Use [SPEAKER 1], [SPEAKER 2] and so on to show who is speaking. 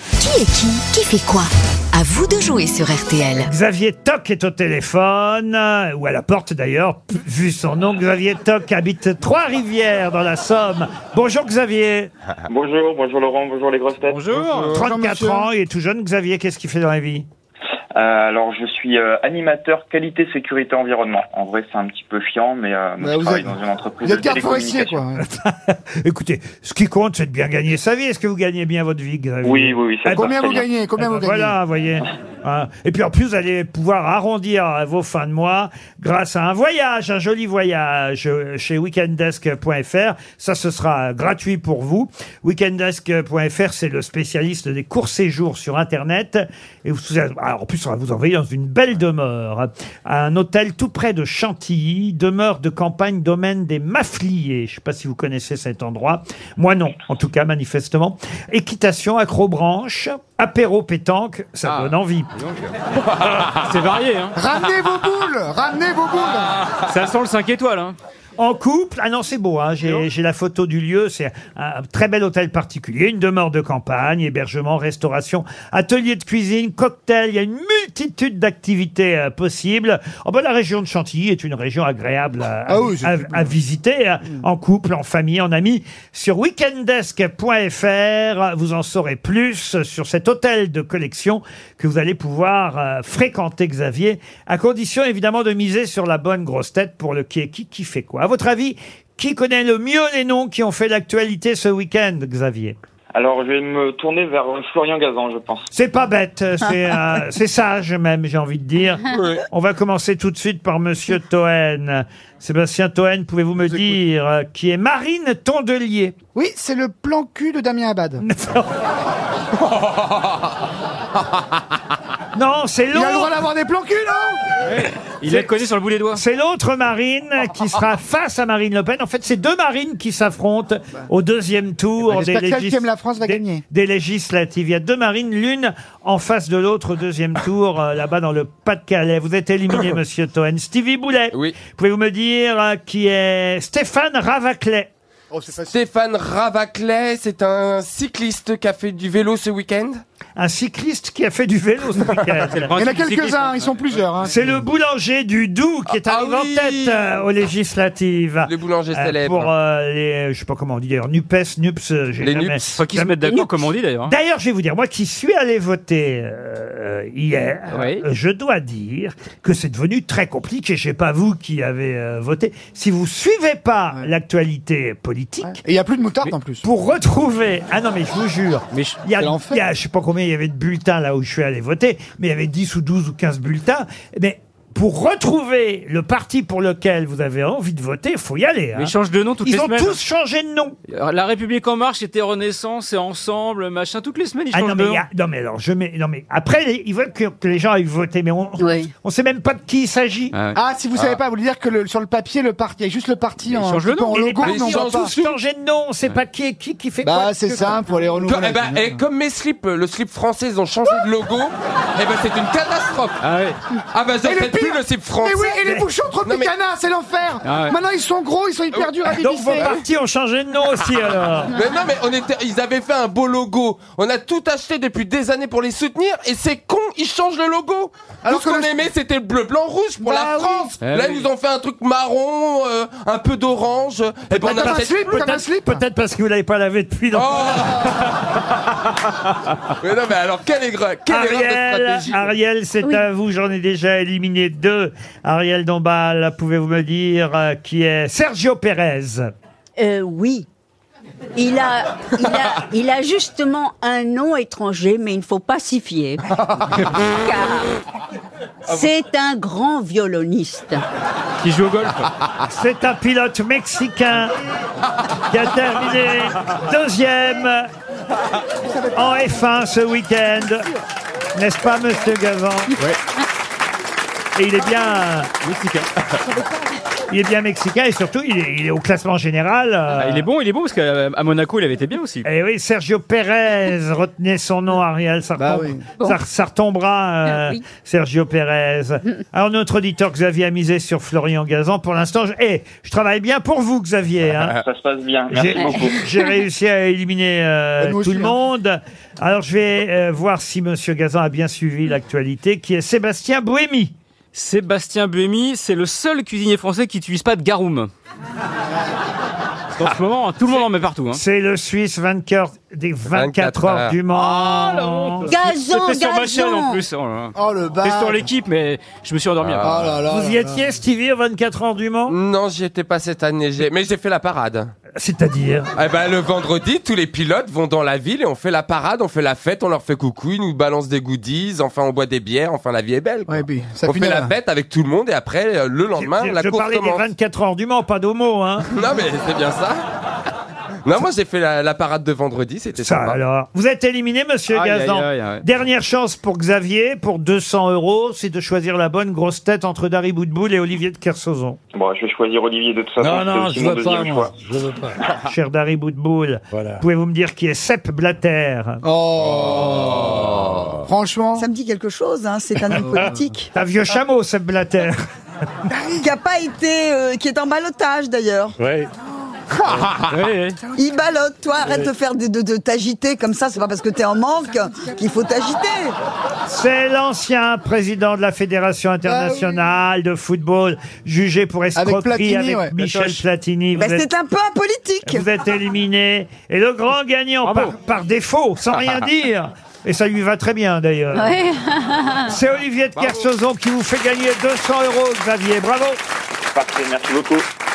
[SPEAKER 1] est qui Qui fait quoi À vous de jouer sur RTL.
[SPEAKER 2] Xavier Toc est au téléphone, euh, ou à la porte d'ailleurs, p- vu son nom. Xavier Toc habite Trois-Rivières dans la Somme. Bonjour Xavier.
[SPEAKER 3] Bonjour, bonjour Laurent, bonjour les grosses têtes.
[SPEAKER 4] Bonjour.
[SPEAKER 2] 34 ans, il est tout jeune. Xavier, qu'est-ce qu'il fait dans la vie
[SPEAKER 3] Euh, alors je suis euh, animateur qualité sécurité environnement. En vrai c'est un petit peu chiant mais euh, moi,
[SPEAKER 4] Bah,
[SPEAKER 3] je
[SPEAKER 4] vous
[SPEAKER 3] travaille
[SPEAKER 4] êtes-
[SPEAKER 3] dans une entreprise
[SPEAKER 4] Vous
[SPEAKER 3] de
[SPEAKER 4] êtes garde forestier,
[SPEAKER 3] télécommunications.
[SPEAKER 4] quoi.
[SPEAKER 2] Écoutez, ce qui compte, c'est de bien gagner sa vie. Est-ce que vous gagnez bien votre vie, Xavier
[SPEAKER 3] Oui, oui, oui. ça
[SPEAKER 2] Ah,
[SPEAKER 3] me va
[SPEAKER 4] Combien
[SPEAKER 3] très
[SPEAKER 4] vous
[SPEAKER 3] bien.
[SPEAKER 4] gagnez Combien
[SPEAKER 2] Eh ben
[SPEAKER 4] vous gagnez
[SPEAKER 2] Voilà, vous voyez. Hein. Et puis en plus, vous allez pouvoir arrondir euh, vos fins de mois grâce à un voyage, un joli voyage euh, chez weekendesk.fr. Ça, ce sera euh, gratuit pour vous. Weekendesk.fr, c'est le spécialiste des courts séjours sur Internet. Et vous, alors, en plus, on va vous envoyer dans une belle demeure, à un hôtel tout près de Chantilly, demeure de campagne, domaine des Mafliers. Je ne sais pas si vous connaissez cet endroit. Moi non, en tout cas, manifestement. Équitation, acrobranche, apéro pétanque, ça donne envie.
[SPEAKER 5] C'est varié, hein.
[SPEAKER 4] Ramenez vos boules Ramenez vos boules
[SPEAKER 5] Ça sent le 5 étoiles, hein.
[SPEAKER 2] En couple, ah non, c'est beau, hein, j'ai j'ai la photo du lieu, c'est un très bel hôtel particulier, une demeure de campagne, hébergement, restauration, atelier de cuisine, cocktail, il y a une multitude d'activités euh, possibles. Oh, ben, la région de Chantilly est une région agréable à, à-
[SPEAKER 4] Ah oui, c'est
[SPEAKER 2] à-
[SPEAKER 4] très
[SPEAKER 2] à visiter, hein, en couple, en famille, en amis. Sur weekendesk.fr, vous en saurez plus sur cet hôtel de collection que vous allez pouvoir euh, fréquenter, Xavier, à condition évidemment de miser sur la bonne grosse tête pour le qui est qui, qui fait quoi. À votre avis, qui connaît le mieux les noms qui ont fait l'actualité ce week-end, Xavier
[SPEAKER 3] Alors je vais me tourner vers euh, Florian Gazan je pense.
[SPEAKER 2] c'est pas bête, c'est euh, c'est sage même, j'ai envie de dire. On va commencer tout de suite par Monsieur Toen. Sébastien Toen, pouvez-vous me dire euh, qui est Marine Tondelier
[SPEAKER 4] Oui, c'est le plan cul de Damien Abad.
[SPEAKER 2] Non, c'est
[SPEAKER 4] Il a le droit
[SPEAKER 2] l'autre.
[SPEAKER 4] d'avoir des plans cul, non
[SPEAKER 5] Il est connu sur le bout des doigts.
[SPEAKER 2] C'est l'autre Marine qui sera face à Marine Le Pen. En fait, c'est deux Marines qui s'affrontent au deuxième tour des,
[SPEAKER 4] Eh ben, j'espère que celle qui
[SPEAKER 2] légis-
[SPEAKER 4] aime la France va
[SPEAKER 2] des-
[SPEAKER 4] gagner.
[SPEAKER 2] des législatives. Il y a deux Marines, l'une en face de l'autre au deuxième tour, euh, là-bas dans le Pas-de-Calais. Vous êtes éliminé, monsieur Toen. Stevie Boulet,
[SPEAKER 6] Oui.
[SPEAKER 2] pouvez-vous me dire euh, qui est Stéphane Ravaclet
[SPEAKER 6] Stéphane Ravaclet, c'est un cycliste qui a fait du vélo ce week-end.
[SPEAKER 2] un cycliste qui a fait du vélo ce week-end.
[SPEAKER 4] Il y en a quelques-uns, ils sont plusieurs. hein.
[SPEAKER 2] C'est le boulanger du Doubs qui est
[SPEAKER 6] Ah
[SPEAKER 2] arrivé
[SPEAKER 6] oui
[SPEAKER 2] en tête euh, aux législatives.
[SPEAKER 6] Le boulanger
[SPEAKER 2] Euh,
[SPEAKER 6] célèbre.
[SPEAKER 2] Pour euh, les, je sais pas comment on dit d'ailleurs, NUPES, NUPS, euh, j'ai
[SPEAKER 6] Les
[SPEAKER 2] jamais-
[SPEAKER 6] NUPS.
[SPEAKER 5] Faut qu'ils hein. se mettent d'accord, comme on dit d'ailleurs.
[SPEAKER 2] D'ailleurs, je vais vous dire, moi qui suis allé voter euh, hier,
[SPEAKER 5] Oui.
[SPEAKER 2] euh, je dois dire que c'est devenu très compliqué. Je sais pas vous qui avez euh, voté. Si vous suivez pas l'actualité politique,
[SPEAKER 4] Et il n'y a plus de moutarde en plus.
[SPEAKER 2] pour retrouver. Ah non, mais je vous jure.
[SPEAKER 5] Mais je-
[SPEAKER 2] Il y, a,
[SPEAKER 4] C'est l'enfer.
[SPEAKER 2] il y a- je sais pas combien il y avait de bulletins là où je suis allé voter, mais il y avait 10 ou 12 ou 15 bulletins. Mais pour retrouver le parti pour lequel vous avez envie de voter, faut y aller. hein.
[SPEAKER 5] Mais ils changent de nom toutes les
[SPEAKER 2] Ils ont
[SPEAKER 5] semaines. Euh,
[SPEAKER 2] tous changé de nom.
[SPEAKER 5] La République en marche était Renaissance et Ensemble, machin. Toutes les semaines, ils
[SPEAKER 2] Ah
[SPEAKER 5] changent
[SPEAKER 2] non mais,
[SPEAKER 5] de
[SPEAKER 2] il y a- non mais alors je mets non mais après les- ils veulent que, que les gens aillent voter mais on
[SPEAKER 1] Oui.
[SPEAKER 2] on sait même pas de qui il s'agit.
[SPEAKER 5] Ah ouais.
[SPEAKER 4] Ah, si vous savez pas, vous voulez dire que le- sur le papier, le parti, il y a juste le parti en,
[SPEAKER 5] change le
[SPEAKER 4] un petit peu
[SPEAKER 5] nom.
[SPEAKER 4] en
[SPEAKER 2] Et les
[SPEAKER 4] logo,
[SPEAKER 2] partis
[SPEAKER 4] mais on voit
[SPEAKER 2] ont
[SPEAKER 6] change
[SPEAKER 4] pas.
[SPEAKER 2] tous changé de nom, on sait pas qui est qui qui fait quoi.
[SPEAKER 4] Bah, c'est simple, pour les renouveler.
[SPEAKER 6] eh ben, et comme mes slips, le slip français, ils ont changé de logo, eh ben, c'est une catastrophe.
[SPEAKER 5] Ah ouais.
[SPEAKER 6] Ah ben,
[SPEAKER 4] Et
[SPEAKER 6] j'achète
[SPEAKER 4] le pire-
[SPEAKER 6] plus le slip français.
[SPEAKER 4] Mais oui, et les bouchons
[SPEAKER 6] Non, mais-
[SPEAKER 4] Tropicana, c'est l'enfer
[SPEAKER 5] Ah ouais.
[SPEAKER 4] Maintenant, ils sont gros, ils sont hyper durs à
[SPEAKER 2] Donc vos
[SPEAKER 4] dévisser.
[SPEAKER 2] partis ont changé de nom aussi alors.
[SPEAKER 6] Mais non, mais on était, ils avaient fait un beau logo. On a tout acheté depuis des années pour les soutenir et c'est con, ils changent le logo.
[SPEAKER 4] Alors
[SPEAKER 6] tout
[SPEAKER 4] que
[SPEAKER 6] ce qu'on
[SPEAKER 4] le-
[SPEAKER 6] aimait, c'était le bleu, blanc, rouge pour
[SPEAKER 4] Bah
[SPEAKER 6] la
[SPEAKER 4] oui.
[SPEAKER 6] France.
[SPEAKER 5] Eh
[SPEAKER 6] Là,
[SPEAKER 5] oui.
[SPEAKER 6] ils nous ont fait un truc marron, euh, un peu d'orange. Et ben, on
[SPEAKER 4] Comme
[SPEAKER 6] a
[SPEAKER 4] un
[SPEAKER 6] peut-être-
[SPEAKER 4] slip, comme un slip. hein.
[SPEAKER 2] Peut-être parce que vous l'avez pas lavé depuis longtemps.
[SPEAKER 6] Oh Mais non, mais alors, quelle, égre- quelle erreur de
[SPEAKER 2] Ariel,
[SPEAKER 6] stratégie
[SPEAKER 2] Ariel, c'est à vous. J'en ai déjà éliminé deux. Ariel Dombal, pouvez-vous me dire euh, qui est Sergio Pérez
[SPEAKER 7] Euh, oui. Il a, il, a, il a justement un nom étranger, mais il ne faut pas s'y fier. Car c'est un grand violoniste.
[SPEAKER 5] Qui joue au golf.
[SPEAKER 2] C'est un pilote mexicain qui a terminé deuxième en F1 ce week-end. N'est-ce pas,
[SPEAKER 5] hein.
[SPEAKER 2] Monsieur Gavant Et il est bien. Il est bien mexicain et surtout, il est, il est au classement général.
[SPEAKER 5] Ah,
[SPEAKER 2] euh,
[SPEAKER 5] il est bon, il est bon, parce qu'à à Monaco, il avait été bien aussi.
[SPEAKER 2] Eh oui, Sergio Pérez, retenez son nom, Ariel, ça,
[SPEAKER 4] Bah
[SPEAKER 2] retombe-
[SPEAKER 4] oui.
[SPEAKER 7] Bon.
[SPEAKER 2] ça- ça retombera, euh,
[SPEAKER 7] Ah oui.
[SPEAKER 2] Sergio Pérez. Alors, notre auditeur Xavier a misé sur Florian Gazan. Pour l'instant, je, eh, je travaille bien pour vous, Xavier.
[SPEAKER 8] Ah.
[SPEAKER 2] hein.
[SPEAKER 3] Ça se passe bien. Merci
[SPEAKER 2] J'ai
[SPEAKER 3] beaucoup.
[SPEAKER 2] j'ai réussi à éliminer euh,
[SPEAKER 4] Bah, nous
[SPEAKER 2] tout
[SPEAKER 4] aussi,
[SPEAKER 2] le
[SPEAKER 4] hein.
[SPEAKER 2] monde. Alors, je vais euh, voir si Monsieur Gazan a bien suivi l'actualité, qui est Sébastien Bohémy.
[SPEAKER 5] Sébastien Buemi, c'est le seul cuisinier français qui n'utilise pas de garoum. En ce moment, tout le monde en met partout. Hein.
[SPEAKER 2] C'est le Suisse 24, des 24,
[SPEAKER 6] 24
[SPEAKER 2] heures du
[SPEAKER 5] Ah, la
[SPEAKER 2] Mans.
[SPEAKER 5] honte.
[SPEAKER 7] Gazon,
[SPEAKER 5] C'était sur ma chaîne en
[SPEAKER 7] gazon.
[SPEAKER 5] plus. Oh là là.
[SPEAKER 4] Oh le
[SPEAKER 5] C'était
[SPEAKER 4] bar.
[SPEAKER 5] sur l'équipe, mais je me suis endormi. hein.
[SPEAKER 6] Ah.
[SPEAKER 5] après.
[SPEAKER 4] Oh là là.
[SPEAKER 2] Vous y
[SPEAKER 4] là là.
[SPEAKER 2] étiez, Stevie, aux 24 heures du
[SPEAKER 5] Mm.
[SPEAKER 2] Mans
[SPEAKER 6] Non, j'y étais pas cette année, j'ai- mais j'ai fait la parade.
[SPEAKER 2] C'est-à-dire
[SPEAKER 6] Eh ben, le vendredi, tous les pilotes vont dans la ville et on fait la parade, on fait la fête, on leur fait coucou, ils nous balancent des goodies, enfin on boit des bières, enfin la vie est belle. quoi.
[SPEAKER 4] Ouais, puis ça
[SPEAKER 6] on
[SPEAKER 4] finit
[SPEAKER 6] fait la
[SPEAKER 4] là.
[SPEAKER 6] fête avec tout le monde et après, euh, le lendemain,
[SPEAKER 2] Je-
[SPEAKER 6] la
[SPEAKER 2] Je
[SPEAKER 6] course
[SPEAKER 2] parlais
[SPEAKER 6] commence.
[SPEAKER 2] des 24 heures du Mans, pas d'homo, hein.
[SPEAKER 6] Non mais c'est bien ça. Non, moi j'ai fait la, la parade de vendredi, c'était
[SPEAKER 2] Ça
[SPEAKER 6] sympa.
[SPEAKER 2] alors. Vous êtes éliminé, monsieur
[SPEAKER 5] Aïe,
[SPEAKER 2] Gazan.
[SPEAKER 5] aïe, aïe, aïe.
[SPEAKER 2] Dernière chance pour Xavier, pour 200 euros, c'est de choisir la bonne grosse tête entre Dari Boudboul et Olivier de Kersauzon.
[SPEAKER 3] Bon, je vais choisir Olivier de toute façon.
[SPEAKER 8] Non,
[SPEAKER 3] c'est
[SPEAKER 8] non,
[SPEAKER 3] aussi
[SPEAKER 8] je
[SPEAKER 3] mon
[SPEAKER 8] veux pas,
[SPEAKER 3] deuxième
[SPEAKER 8] moi.
[SPEAKER 3] choix.
[SPEAKER 8] Je veux pas.
[SPEAKER 2] Cher Dari Boudboul,
[SPEAKER 8] Voilà.
[SPEAKER 2] pouvez-vous me dire qui est Sepp Blatter
[SPEAKER 4] Oh. Franchement.
[SPEAKER 9] Ça me dit quelque chose, hein, c'est un homme politique
[SPEAKER 2] Un vieux chameau, Sepp Blatter.
[SPEAKER 9] qui a pas été, euh, qui est en balotage d'ailleurs.
[SPEAKER 8] Ouais.
[SPEAKER 5] Ouais, ouais.
[SPEAKER 9] Il ballote, toi, arrête de faire des- de, de t'agiter comme ça. C'est pas parce que t'es en manque qu'il faut t'agiter.
[SPEAKER 2] C'est l'ancien président de la Fédération internationale de football, jugé pour escroquerie
[SPEAKER 4] Platini,
[SPEAKER 2] avec,
[SPEAKER 4] ouais.
[SPEAKER 2] Michel Platini.
[SPEAKER 9] Bah,
[SPEAKER 2] Vous êtes-
[SPEAKER 9] c'est un peu un politique.
[SPEAKER 2] Vous êtes éliminé. Et le grand gagnant, par, par défaut, sans rien dire. Et ça lui va très bien d'ailleurs. C'est Olivier de Kersauzon qui vous fait gagner 200 euros, Xavier. Bravo.
[SPEAKER 3] Parfait, merci beaucoup.